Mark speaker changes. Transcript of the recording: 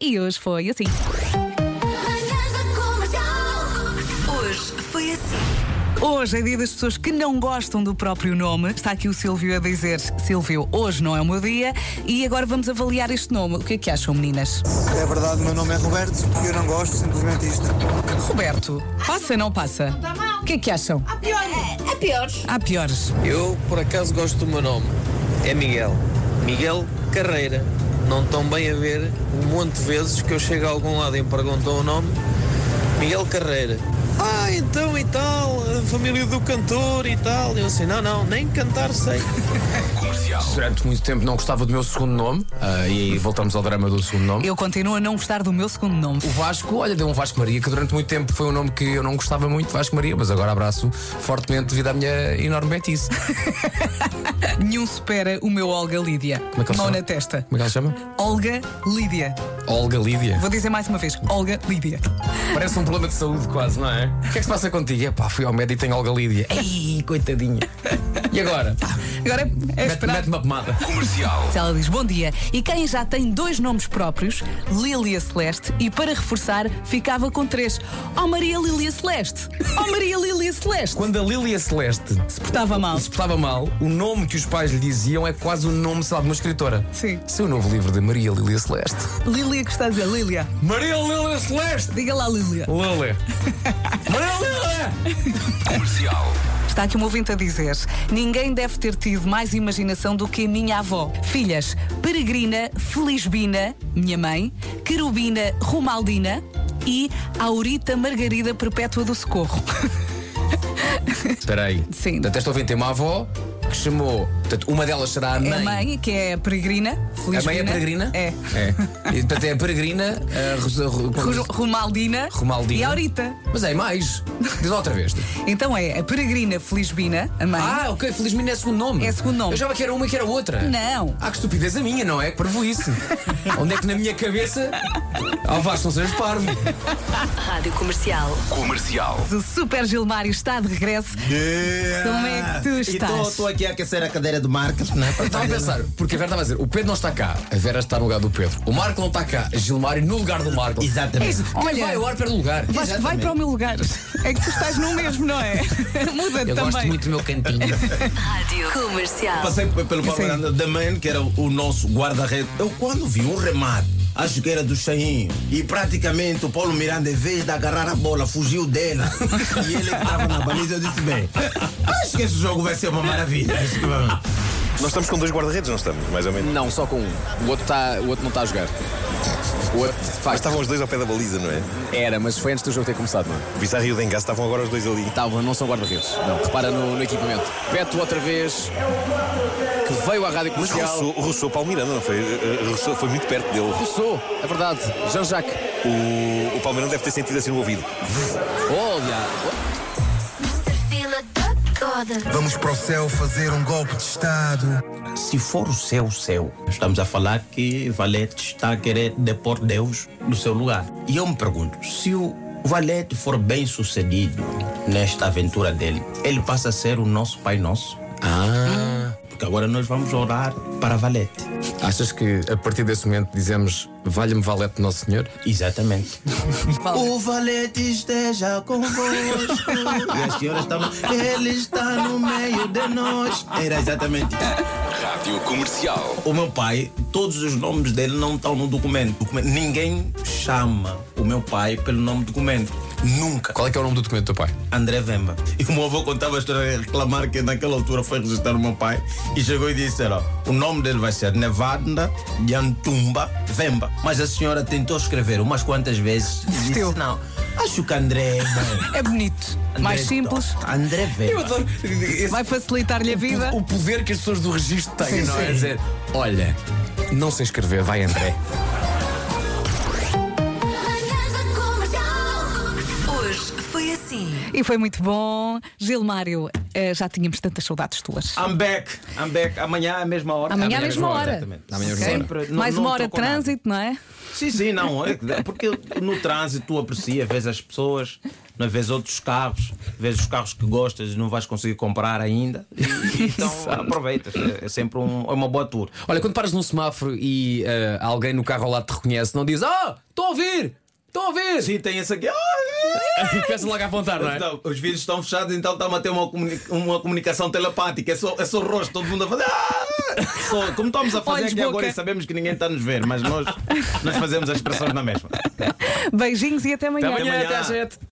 Speaker 1: E hoje foi assim.
Speaker 2: Manhãs da Comercial.
Speaker 3: Hoje foi assim.
Speaker 1: Hoje é dia das pessoas que não gostam do próprio nome. Está aqui o Silvio a dizer: Silvio, hoje não é o meu dia. E agora vamos avaliar este nome. O que é que acham, meninas?
Speaker 4: É verdade, meu nome é Roberto e eu não gosto simplesmente isto.
Speaker 1: Roberto, passa ou não passa? O que é que acham?
Speaker 2: É piores.
Speaker 1: Há piores.
Speaker 5: Eu, por acaso, gosto do meu nome. É Miguel. Miguel Carreira. Não estão bem a ver um monte de vezes que eu chego a algum lado e me perguntam o nome. Miguel Carreira. Ah, então e tal, a família do cantor e tal. Eu assim, não, não, nem cantar sei.
Speaker 6: Durante muito tempo não gostava do meu segundo nome, ah, e aí voltamos ao drama do segundo nome.
Speaker 1: Eu continuo a não gostar do meu segundo nome.
Speaker 6: O Vasco, olha, deu um Vasco Maria, que durante muito tempo foi um nome que eu não gostava muito, Vasco Maria, mas agora abraço fortemente devido à minha enorme betice.
Speaker 1: Nenhum supera o meu Olga Lídia.
Speaker 6: é que ele
Speaker 1: Mão
Speaker 6: chama?
Speaker 1: na testa.
Speaker 6: Como é que ela se chama?
Speaker 1: Olga Lídia.
Speaker 6: Olga Lídia.
Speaker 1: Vou dizer mais uma vez: Olga Lídia.
Speaker 6: Parece um problema de saúde quase, não é? O que é que se passa contigo? Epá, fui ao médico e tenho Olga Lídia. Ei, coitadinha. E agora? Pá,
Speaker 1: Agora é, é
Speaker 6: mete-
Speaker 1: esperar.
Speaker 6: Mete-me uma pomada. Comercial.
Speaker 1: Se Ela diz bom dia. E quem já tem dois nomes próprios, Lília Celeste, e para reforçar, ficava com três. Oh Maria Lília Celeste! Oh Maria Lília Celeste!
Speaker 6: Quando a Lília Celeste se
Speaker 1: Estava mal.
Speaker 6: se portava mal, o nome que os pais lhe diziam é quase o nome, sei lá, de uma escritora.
Speaker 1: Sim.
Speaker 6: Seu novo livro de Maria Lília Celeste.
Speaker 1: Lília que está a dizer, Lília.
Speaker 6: Maria Lília Celeste!
Speaker 1: Diga lá, Lília.
Speaker 6: Lele. Maria Lele!
Speaker 1: Está aqui um ouvinte a dizer: ninguém deve ter tido mais imaginação do que a minha avó. Filhas, Peregrina, Felizbina, minha mãe, Querubina, Romaldina e Aurita Margarida Perpétua do Socorro.
Speaker 6: Espera aí.
Speaker 1: Sim.
Speaker 6: Portanto, esta ouvinte tem uma avó que chamou. Portanto, uma delas será a mãe.
Speaker 1: É a mãe, que é a Peregrina, Felizbina.
Speaker 6: A mãe é peregrina?
Speaker 1: É.
Speaker 6: É. E, portanto, é a peregrina. A Rosa, Ro- é
Speaker 1: Ru- Romaldina,
Speaker 6: Romaldina.
Speaker 1: e Aurita.
Speaker 6: Mas é mais. Diz lá outra vez.
Speaker 1: Então é a Peregrina Felizbina, a mãe.
Speaker 6: Ah, ok. Felizmente é segundo nome.
Speaker 1: É segundo nome.
Speaker 6: Eu achava que era uma e que era outra.
Speaker 1: Não.
Speaker 6: Ah, que estupidez a minha, não é? Que parvoíce. Onde é que na minha cabeça. Ah, Vasco, não sejas parvo.
Speaker 3: Rádio Comercial.
Speaker 1: O Super Gilmário está de regresso. Como é que tu estás?
Speaker 7: Estou aqui a aquecer a cadeira de marcas, não é?
Speaker 6: Eu Estava a pensar, porque a Vera estava a dizer: o Pedro não está cá, a Vera está no lugar do Pedro, o Marco não está cá, Gilmário no lugar do Marco.
Speaker 7: Exatamente.
Speaker 6: É isso. Olha, vai ao ar perde lugar.
Speaker 1: Vasco, vai para o meu lugar. É que tu estás no mesmo, não é? Muda-te
Speaker 6: Eu
Speaker 1: também.
Speaker 6: gosto muito do meu cantinho.
Speaker 3: Rádio Comercial.
Speaker 7: Passei p- pelo Paulo
Speaker 1: Sim.
Speaker 7: Miranda da Man, que era o o nosso guarda-rede. Eu quando vi um remate, acho que era do Chainho. E praticamente o Paulo Miranda, em vez de agarrar a bola, fugiu dela. e ele estava na baliza, eu disse, bem, acho que esse jogo vai ser uma maravilha. Acho que vai-
Speaker 8: Nós estamos com dois guarda-redes, não estamos, mais ou menos.
Speaker 9: Não, só com um. O outro, tá, o outro não está a jogar. O outro, de
Speaker 8: Mas
Speaker 9: facto,
Speaker 8: estavam os dois ao pé da baliza, não é?
Speaker 9: era, mas foi antes do jogo ter começado, mano.
Speaker 8: O Pissarra e o Dengas estavam agora os dois ali.
Speaker 9: Estavam, não são guarda-redes. Não, repara no, no equipamento. Beto outra vez, que veio à rádio
Speaker 8: Mas
Speaker 9: comercial.
Speaker 8: roçou, roçou Paulo Miranda, não foi? Eh, eh, roçou- foi muito perto dele.
Speaker 9: Começou, é verdade. Jean-Jacques.
Speaker 8: O, o Paulo Miranda deve ter sentido assim no ouvido.
Speaker 9: Olha,
Speaker 2: Fila da toda.
Speaker 10: Vamos para o céu fazer um golpe de Estado.
Speaker 7: Se for o céu, o céu. Estamos a falar que Valete está a querer depor Deus do seu lugar. E eu me pergunto, se o Valete for bem sucedido nesta aventura dele, ele passa a ser o nosso Pai Nosso? Ah. Porque agora nós vamos orar para Valete.
Speaker 6: Achas que a partir desse momento dizemos valha-me valete Nosso Senhor?
Speaker 7: Exatamente. O valete esteja convosco. e as senhoras estavam. Ele está no meio de nós. Era exatamente. Rádio Comercial. O meu pai, todos os nomes dele não estão no documento. Documento- Ninguém chama o meu pai pelo nome do documento. Nunca.
Speaker 6: Qual é que é o nome do documento do teu pai?
Speaker 7: André Vemba. E o meu avô contava a história a reclamar que naquela altura foi registrar o meu pai e chegou e disse: "Olha, o nome dele vai ser Nevada de Antumba Vemba. Mas a senhora tentou escrever umas quantas vezes e disse:
Speaker 1: Desistiu.
Speaker 7: Não, acho que André é bom."
Speaker 1: É bonito.
Speaker 7: André
Speaker 1: mais
Speaker 7: é
Speaker 1: simples.
Speaker 7: top. André Vemba.
Speaker 6: adoro esse-
Speaker 1: Vai facilitar-lhe a vida.
Speaker 6: o poder que as pessoas do registro têm,
Speaker 1: Sim,
Speaker 6: não é?
Speaker 1: sim.
Speaker 6: dizer, olha, não se inscrever, vai André.
Speaker 2: Manhãs da Comercial.
Speaker 3: Hoje foi assim.
Speaker 1: E E foi muito bom. Gilmário, eh, já tínhamos tantas saudades tuas.
Speaker 6: Ah,
Speaker 7: I'm back, I'm back. Amanhã à mesma hora.
Speaker 1: Amanhã à mesma hora.
Speaker 7: Exatamente.
Speaker 1: Ok?
Speaker 7: Sempre. Não-
Speaker 1: Mais
Speaker 7: não
Speaker 1: uma hora de
Speaker 7: troco nada.
Speaker 1: trânsito, não é?
Speaker 7: Sim, sim, não. é que dá- Porque no trânsito tu aprecias, vês as pessoas, não é? vês outros carros, vês os carros que gostas e não vais conseguir comprar ainda. E- Então aproveitas. É, é sempre um- é uma boa tour.
Speaker 6: Olha, quando paras num semáforo e eh, alguém no carro ao lado te reconhece, não diz Ah, estou a ouvir! Estou a ouvir!
Speaker 7: Sim, tem esse aqui.
Speaker 6: Começa logo a apontar, não é?
Speaker 7: é!" Então, os vídeos estão fechados, então estamos a ter uma, comuni- uma comunicação telepática. É só, é só o rosto, todo mundo a fazer. "Ah!" Só- como estamos a fazer
Speaker 1: Olhos,
Speaker 7: aqui agora
Speaker 1: boca.
Speaker 7: e sabemos que ninguém está a nos ver, mas nós, nós fazemos as expressões na mesma.
Speaker 1: Beijinhos e até amanhã.
Speaker 7: Até amanhã. Até às
Speaker 1: gente.